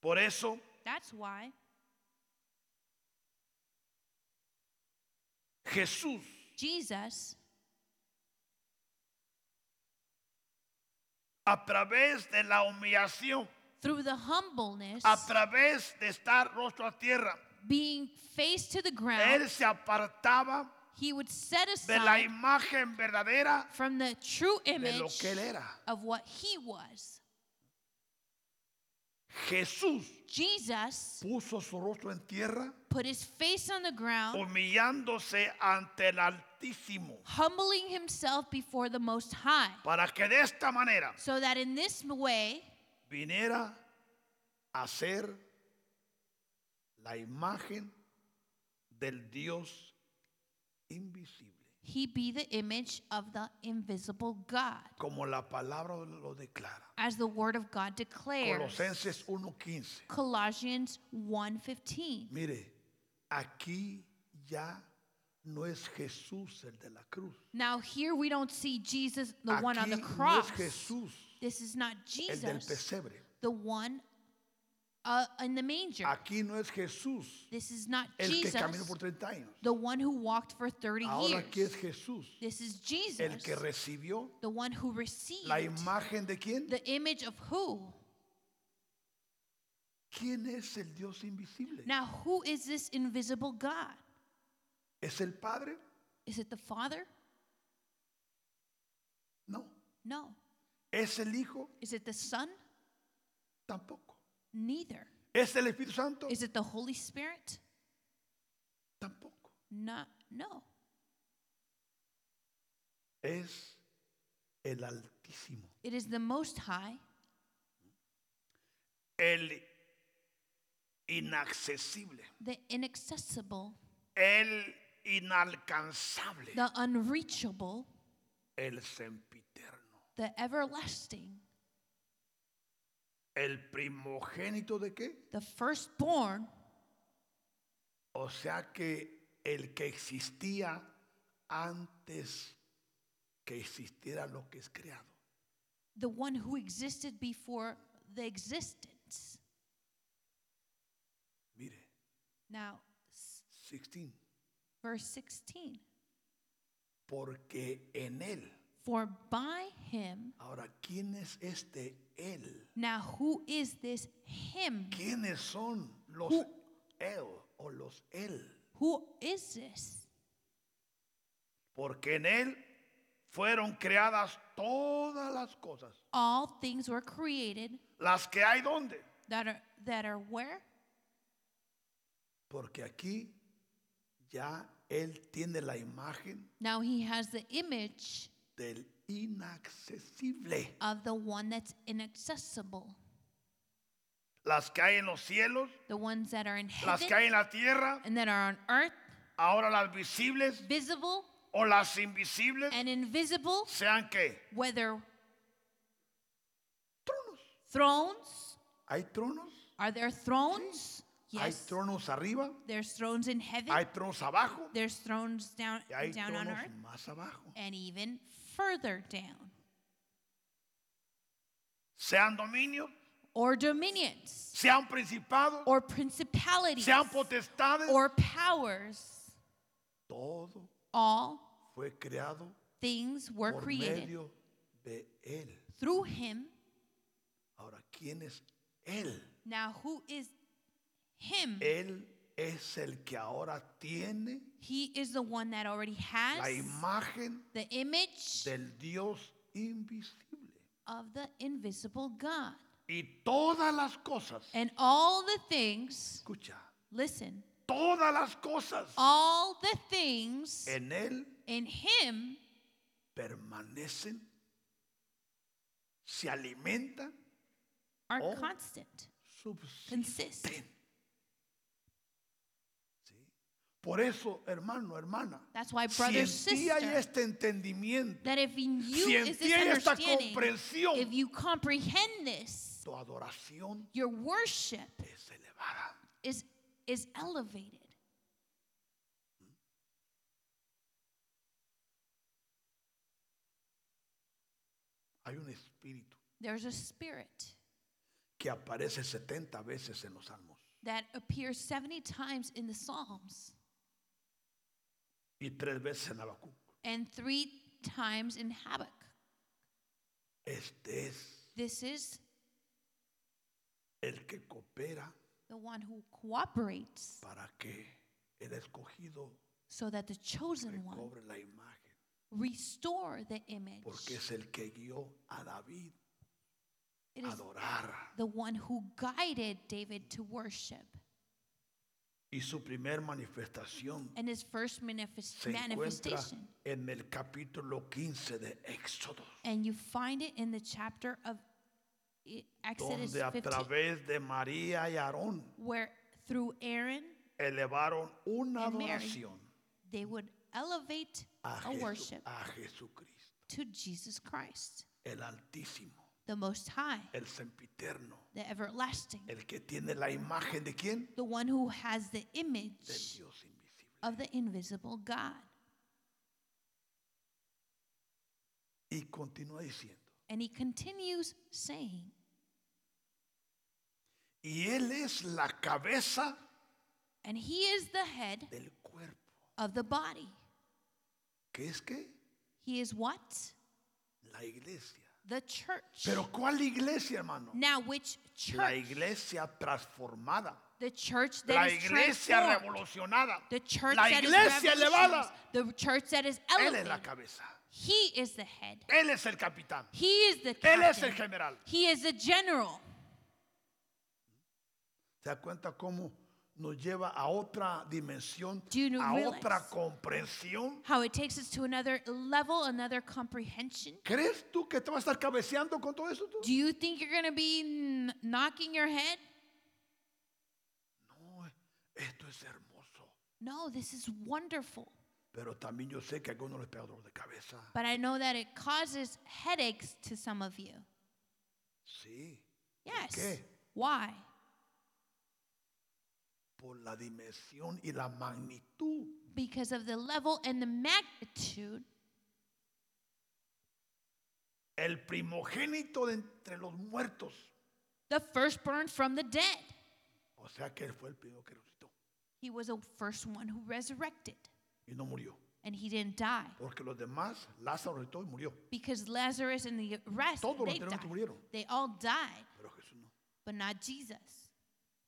A: Por eso
B: That's why
A: Jesús
B: Jesus,
A: a través de la humillación,
B: through the humbleness,
A: a través de estar rostro a tierra,
B: being face to the
A: él
B: ground,
A: se apartaba
B: he would set
A: de la
B: aside
A: imagen verdadera
B: from the true
A: de lo
B: image
A: que él era.
B: of what he was.
A: Jesús
B: Jesus
A: puso su rostro en tierra
B: put his face on the ground,
A: humillándose ante el Altísimo
B: humbling himself before the Most High,
A: para que de esta manera
B: so that in this way
A: viniera a ser la imagen del Dios invisible,
B: he be the image of the invisible God,
A: como la palabra lo declara.
B: as the word of God declares.
A: Colosenses 1:15.
B: Colossians 1:15.
A: Mire, aquí ya no es Jesús el de la cruz.
B: Now here we don't see Jesus the one on
A: Aquí
B: the
A: no es
B: cross.
A: Jesús
B: This is not
A: el del
B: Jesus,
A: pesebre.
B: the one uh, in the manger.
A: Aquí no es Jesús
B: This is not
A: el que
B: Jesus,
A: caminó por 30 años.
B: the one who walked for 30
A: Ahora aquí
B: years.
A: es Jesús
B: This is
A: el que
B: Jesus,
A: recibió
B: the one who received
A: la imagen de quién?
B: the image of who?
A: ¿Quién es el Dios invisible?
B: Now, who is this invisible God?
A: ¿Es el Padre?
B: Is it the Father?
A: No.
B: No.
A: ¿Es el Hijo?
B: Is it the Son?
A: Tampoco.
B: Neither.
A: ¿Es el Espíritu Santo?
B: Is it the Holy Spirit?
A: Tampoco.
B: Not, no.
A: Es el Altísimo.
B: It is the Most High,
A: El inaccesible.
B: the inaccessible,
A: El inalcanzable.
B: the unreachable,
A: El sempiterno.
B: the everlasting,
A: El primogénito de qué?
B: the firstborn.
A: O sea que el que existía antes que existiera lo que es creado.
B: the one who existed before the existence.
A: Mire,
B: Now, s-
A: 16.
B: verse 16.
A: Porque en él.
B: For by him,
A: Ahora, ¿quién es este él?
B: now who is this him?
A: ¿Quiénes son los
B: Who-
A: él o los él?
B: Who is this?
A: Porque en él fueron creadas todas las cosas.
B: All things were created
A: ¿Las que hay dónde?
B: that are that are where?
A: Porque aquí ya él tiene la imagen
B: Now he has the image
A: del inaccesible.
B: of the one that's inaccessible.
A: Las que hay en los cielos,
B: The ones that are in
A: las que hay
B: heaven
A: en la tierra,
B: and that are on earth,
A: ahora las visibles
B: visible
A: o las invisibles,
B: and invisible,
A: sean qué?
B: whether
A: Tronos.
B: thrones,
A: ¿Hay tronos?
B: are there thrones?
A: ¿Hay
B: Yes.
A: tronos arriba?
B: There's thrones in heaven.
A: ¿Hay tronos abajo?
B: There's thrones down
A: Y hay
B: down on
A: tronos
B: earth
A: más abajo.
B: and even further down.
A: Sean dominios,
B: Or dominions
A: sean principados,
B: or principalities
A: sean potestades.
B: or powers.
A: Todo
B: All
A: fue creado
B: things were
A: por
B: created
A: medio de Él.
B: through him.
A: Ahora, ¿quién es Él?
B: Now who is him?
A: Eh. Él es el que ahora tiene
B: He is the one that already
A: la
B: has
A: imagen
B: the image
A: del Dios invisible.
B: of the invisible God.
A: Y todas las cosas,
B: And all the things,
A: escucha,
B: listen,
A: todas las cosas
B: all the things
A: en Él
B: in him
A: permanecen, se alimentan
B: are
A: Oh.
B: constant.
A: subsisten.
B: consist.
A: ¿Sí? Por eso, hermano, hermana,
B: That's why,
A: si
B: brother,
A: en ti hay
B: sister,
A: este entendimiento,
B: that if in you
A: si en
B: is
A: ti
B: this
A: hay esta
B: understanding,
A: comprensión,
B: if you comprehend this,
A: tu adoración
B: your worship
A: es elevada.
B: is is elevated.
A: Hay un espíritu
B: There's a spirit
A: que aparece 70 veces en los salmos
B: that appears 70 times in the Psalms
A: y tres veces en Habacuc.
B: and three times in Habakkuk.
A: Este es
B: This is
A: el que coopera
B: the one who cooperates
A: para que el escogido
B: so that the chosen one
A: recobre la imagen,
B: restore the image
A: porque es el que guió a David
B: It is
A: adorar.
B: the one who guided David to worship.
A: Y su primer manifestación
B: And his first manifest-
A: se encuentra
B: manifestation.
A: en el capítulo 15 de Éxodo,
B: And you find it in the chapter of E- Exodus
A: donde a
B: 15,
A: través de María y Aarón
B: where through Aaron
A: elevaron una
B: And Mary.
A: adoración
B: they would elevate
A: a,
B: a
A: Jesu-
B: worship
A: a Jesucristo,
B: to Jesus Christ,
A: el Altísimo,
B: the Most High,
A: el Sempiterno,
B: the Everlasting,
A: el que tiene la imagen de quién?
B: the one who has the
A: Del
B: image
A: Dios invisible.
B: of the invisible God.
A: Y continúa diciendo,
B: And he continues saying,
A: y Él es la cabeza
B: And he is the head
A: del cuerpo,
B: of the body.
A: que es que
B: He is what?
A: la iglesia.
B: The church.
A: Pero ¿cuál iglesia, hermano?
B: Now, which
A: La
B: church?
A: iglesia transformada,
B: The church
A: la
B: that is
A: iglesia
B: transformed.
A: revolucionada,
B: The church
A: la
B: that is
A: iglesia
B: revolutionized.
A: elevada.
B: The church that is
A: Él es
B: elevated.
A: la cabeza,
B: He is the head.
A: Él es el capitán,
B: He is the
A: Él es el
B: captain.
A: general.
B: He is the general.
A: ¿Se da cuenta cómo nos lleva a otra dimensión,
B: Do you
A: a
B: realize?
A: otra comprensión?
B: How it takes us to another level, another comprehension.
A: ¿Crees tú que te vas a estar cabeceando con todo eso? tú?
B: Do you think you're going to be n- knocking your head?
A: No, esto es hermoso.
B: No, this is wonderful.
A: Pero también yo sé que a algunos les pega dolor de cabeza.
B: But I know that it causes headaches to some of you.
A: Sí,
B: Yes.
A: qué?
B: Why?
A: por la dimensión y la magnitud
B: Because of the level and the magnitude.
A: el primogénito de entre los muertos.
B: The firstborn from the dead.
A: O sea que él fue el primero que resucitó
B: He was the first one who resurrected,
A: y no murió.
B: and he didn't die
A: Porque los demás, Lázaro resucitó y murió.
B: because Lazarus and the rest
A: Todos los
B: they
A: anteriores
B: died.
A: murieron.
B: They all died,
A: Pero Jesús no.
B: but not Jesus.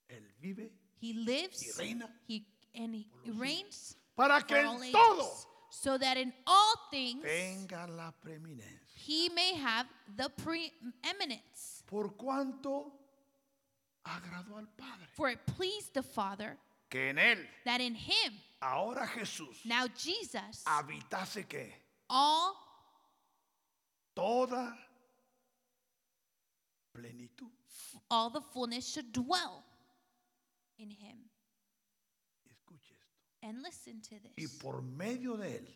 A: Él vive
B: He
A: y
B: lives.
A: reina
B: He and he reigns
A: para
B: for
A: que
B: all
A: en
B: ages,
A: todo
B: so that in all things
A: tenga la preeminencia.
B: he may have the preeminence.
A: Por cuanto agradó al Padre.
B: For it pleased the Father
A: Que en él,
B: that in him,
A: ahora Jesús,
B: now Jesus,
A: habitase que
B: all
A: toda plenitud.
B: all the fullness should dwell in him.
A: Escuche esto.
B: And listen to
A: Y
B: this.
A: por medio de él,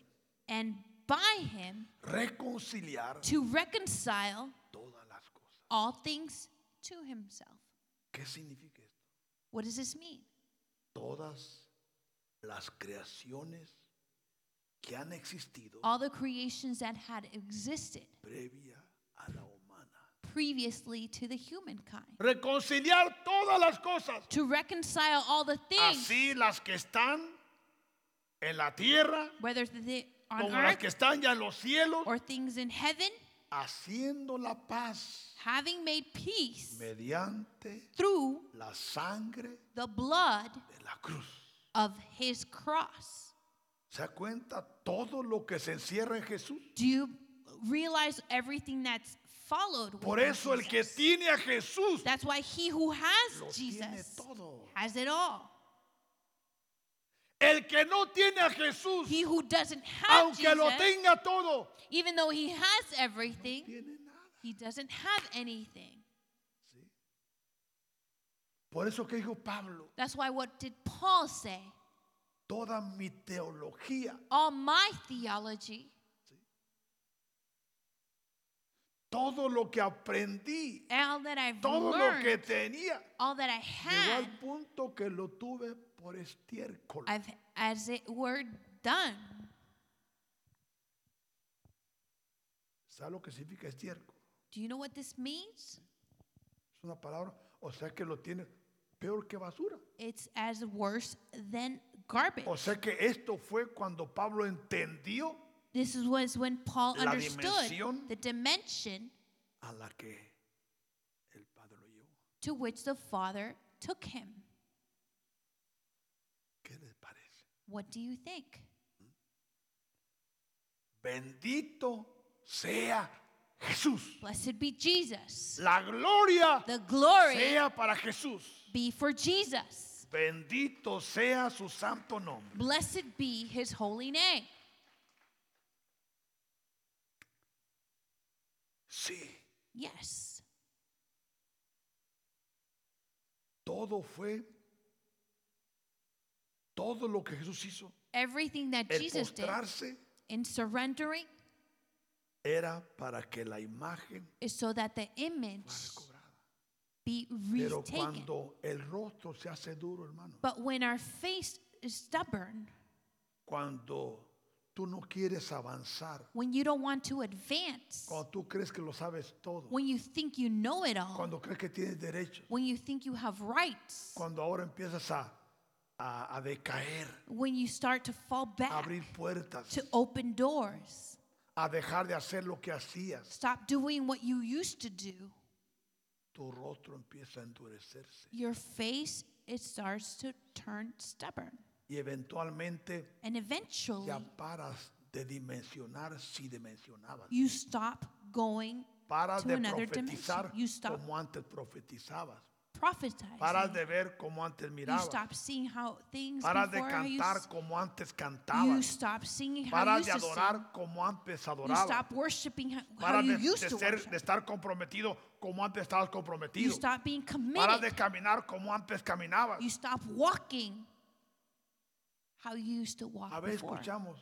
B: And by him
A: reconciliar
B: to reconcile
A: todas las cosas.
B: all things to himself.
A: ¿Qué significa esto?
B: What does this mean?
A: Todas las creaciones que han existido
B: All the creations that had existed
A: previa a la humana.
B: previously to the humankind.
A: Reconciliar todas las cosas,
B: To reconcile all the things,
A: así las que están en la tierra
B: whether they on
A: como las que
B: earth
A: están ya en los cielos,
B: or things in heaven,
A: haciendo la paz
B: having made peace
A: mediante
B: through
A: la sangre
B: the blood
A: de la cruz.
B: of his cross.
A: ¿Se da cuenta todo lo que se encierra en Jesús?
B: Do you realize everything that's followed? with
A: Por eso el que
B: Jesus?
A: tiene a Jesús
B: That's why he
A: lo
B: who has
A: tiene
B: Jesus
A: todo.
B: has it all.
A: El que no tiene a Jesús,
B: He who doesn't have
A: aunque
B: Jesus,
A: lo tenga todo,
B: even though he has everything,
A: tiene nada.
B: he doesn't have anything.
A: ¿sí? Por eso que dijo Pablo,
B: That's why what did Paul say?
A: toda mi teología,
B: All my theology,
A: todo lo que aprendí,
B: all that I've
A: todo lo
B: learned,
A: que tenía,
B: all that I
A: llegó
B: had,
A: al punto que lo tuve por estiércol.
B: I've as it were done.
A: ¿Sabe lo que significa estiércol?
B: Do you know what this means?
A: Es una palabra, o sea que lo tiene peor que basura.
B: It's as worse than garbage.
A: O sea que esto fue cuando Pablo entendió
B: This is- was when Paul
A: La
B: understood
A: dimensión.
B: the dimension
A: a la que el Padre lo llevó.
B: to which the Father took him.
A: ¿Qué les parece?
B: What do you think?
A: Bendito sea Jesús.
B: Blessed be Jesus.
A: La gloria
B: The glory
A: sea para Jesús.
B: be for Jesus.
A: Bendito sea su santo nombre.
B: Blessed be his holy name.
A: Sí,
B: Yes.
A: todo fue, todo lo que Jesús hizo,
B: Everything that
A: el
B: Jesus did
A: postrarse
B: in surrendering
A: era para que la imagen
B: is so that the image
A: fuera recobrada.
B: be
A: Pero
B: retaken.
A: cuando el rostro se hace duro, hermano,
B: But when our face is stubborn,
A: cuando tú no quieres avanzar,
B: when you don't want to advance,
A: cuando tú crees que lo sabes todo,
B: when you think you know it all,
A: cuando crees que tienes derechos,
B: when you think you have rights,
A: cuando ahora empiezas a, a, a decaer,
B: when you start to fall
A: a
B: back,
A: abrir puertas,
B: to open doors,
A: a dejar de hacer lo que hacías,
B: stop doing what you used to do,
A: tu rostro empieza a endurecerse
B: your face, it starts to turn stubborn.
A: y eventualmente
B: And eventually,
A: ya paras de dimensionar si dimensionabas.
B: you stop going
A: Paras
B: to
A: de
B: another
A: profetizar
B: dimension. You stop
A: como antes profetizabas.
B: prophetizing.
A: Paras de ver como antes
B: you
A: mirabas.
B: stop seeing how things
A: Paras de
B: before how you,
A: cantar como antes
B: you
A: cantabas.
B: stop singing how you
A: Paras de
B: used to sing.
A: adorar como antes
B: You
A: adorabas.
B: stop worshiping how, how
A: Paras
B: you
A: de, de
B: used
A: ser,
B: to
A: de
B: worship.
A: estar comprometido como antes estabas
B: You
A: comprometido.
B: stop being
A: Paras de
B: committed.
A: caminar como antes caminabas.
B: You stop walking how you used to walk
A: A veces
B: before.
A: escuchamos,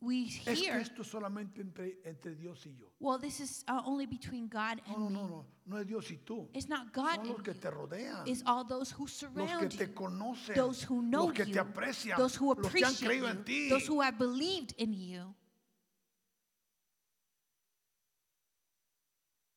B: We
A: es que
B: hear,
A: esto es solamente entre, entre Dios y yo.
B: well, this is uh, only between God
A: No,
B: and
A: no,
B: me.
A: no, no, no es Dios y tú.
B: It's not God
A: Son
B: and
A: los que
B: you.
A: te rodean.
B: It's all those who
A: los que
B: surround
A: te
B: you,
A: conocen,
B: those who know
A: los que
B: you,
A: te aprecian,
B: those who
A: los que han
B: appreciate
A: creído en
B: you,
A: ti.
B: those who have believed in you,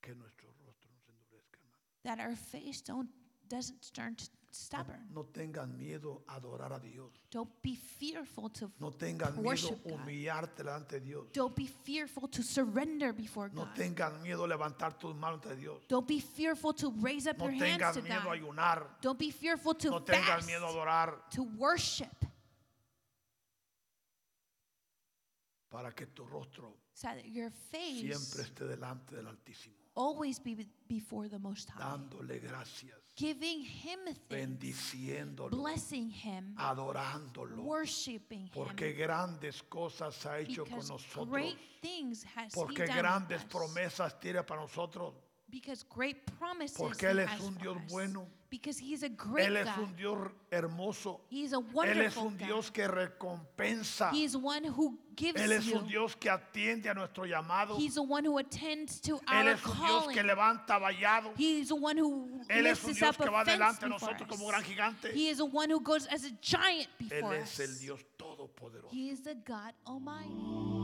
A: Que nuestro rostro no se endurezca, hermano.
B: that our face don't doesn't turn t- stubborn.
A: No tengan miedo a adorar a Dios.
B: Don't be fearful to
A: No tengan miedo
B: Worship
A: a
B: God.
A: humillarte delante de Dios.
B: don't be fearful to surrender before
A: No
B: God.
A: tengan miedo a levantar tus manos ante Dios.
B: Don't be fearful to raise up
A: No
B: your hands to
A: tengan miedo a
B: God.
A: ayunar.
B: Don't be fearful to
A: No tengan
B: fast,
A: miedo a adorar
B: to worship,
A: para que tu rostro
B: so that your face
A: siempre esté delante del Altísimo,
B: always be be- before the Most High,
A: dándole gracias,
B: giving Him thanks,
A: bendiciéndolo,
B: blessing Him,
A: adorándolo,
B: worshiping
A: porque
B: Him,
A: grandes cosas ha hecho con
B: because
A: nosotros.
B: great things has He
A: Porque
B: done with
A: grandes
B: us,
A: promesas tiene para nosotros.
B: because great promises
A: Porque
B: He
A: Él es
B: has
A: un
B: for
A: Dios
B: us,
A: bueno.
B: because He's a great
A: Él es
B: God,
A: un Dios hermoso.
B: He is a
A: Él es
B: wonderful
A: un Dios que recompensa.
B: God, He is one who gives
A: Él es
B: you.
A: un Dios que atiende a nuestro llamado.
B: He's the one who attends to
A: Él
B: our
A: es un Dios
B: calling.
A: que levanta vallados.
B: He's the one who
A: Él es
B: lifts
A: un
B: us
A: Dios
B: up
A: que va
B: a fence
A: delante de
B: before
A: nosotros como gran
B: us.
A: gigante.
B: He is the one who goes as a giant
A: Él
B: before
A: es el
B: us.
A: Dios todopoderoso.
B: He is the God Almighty.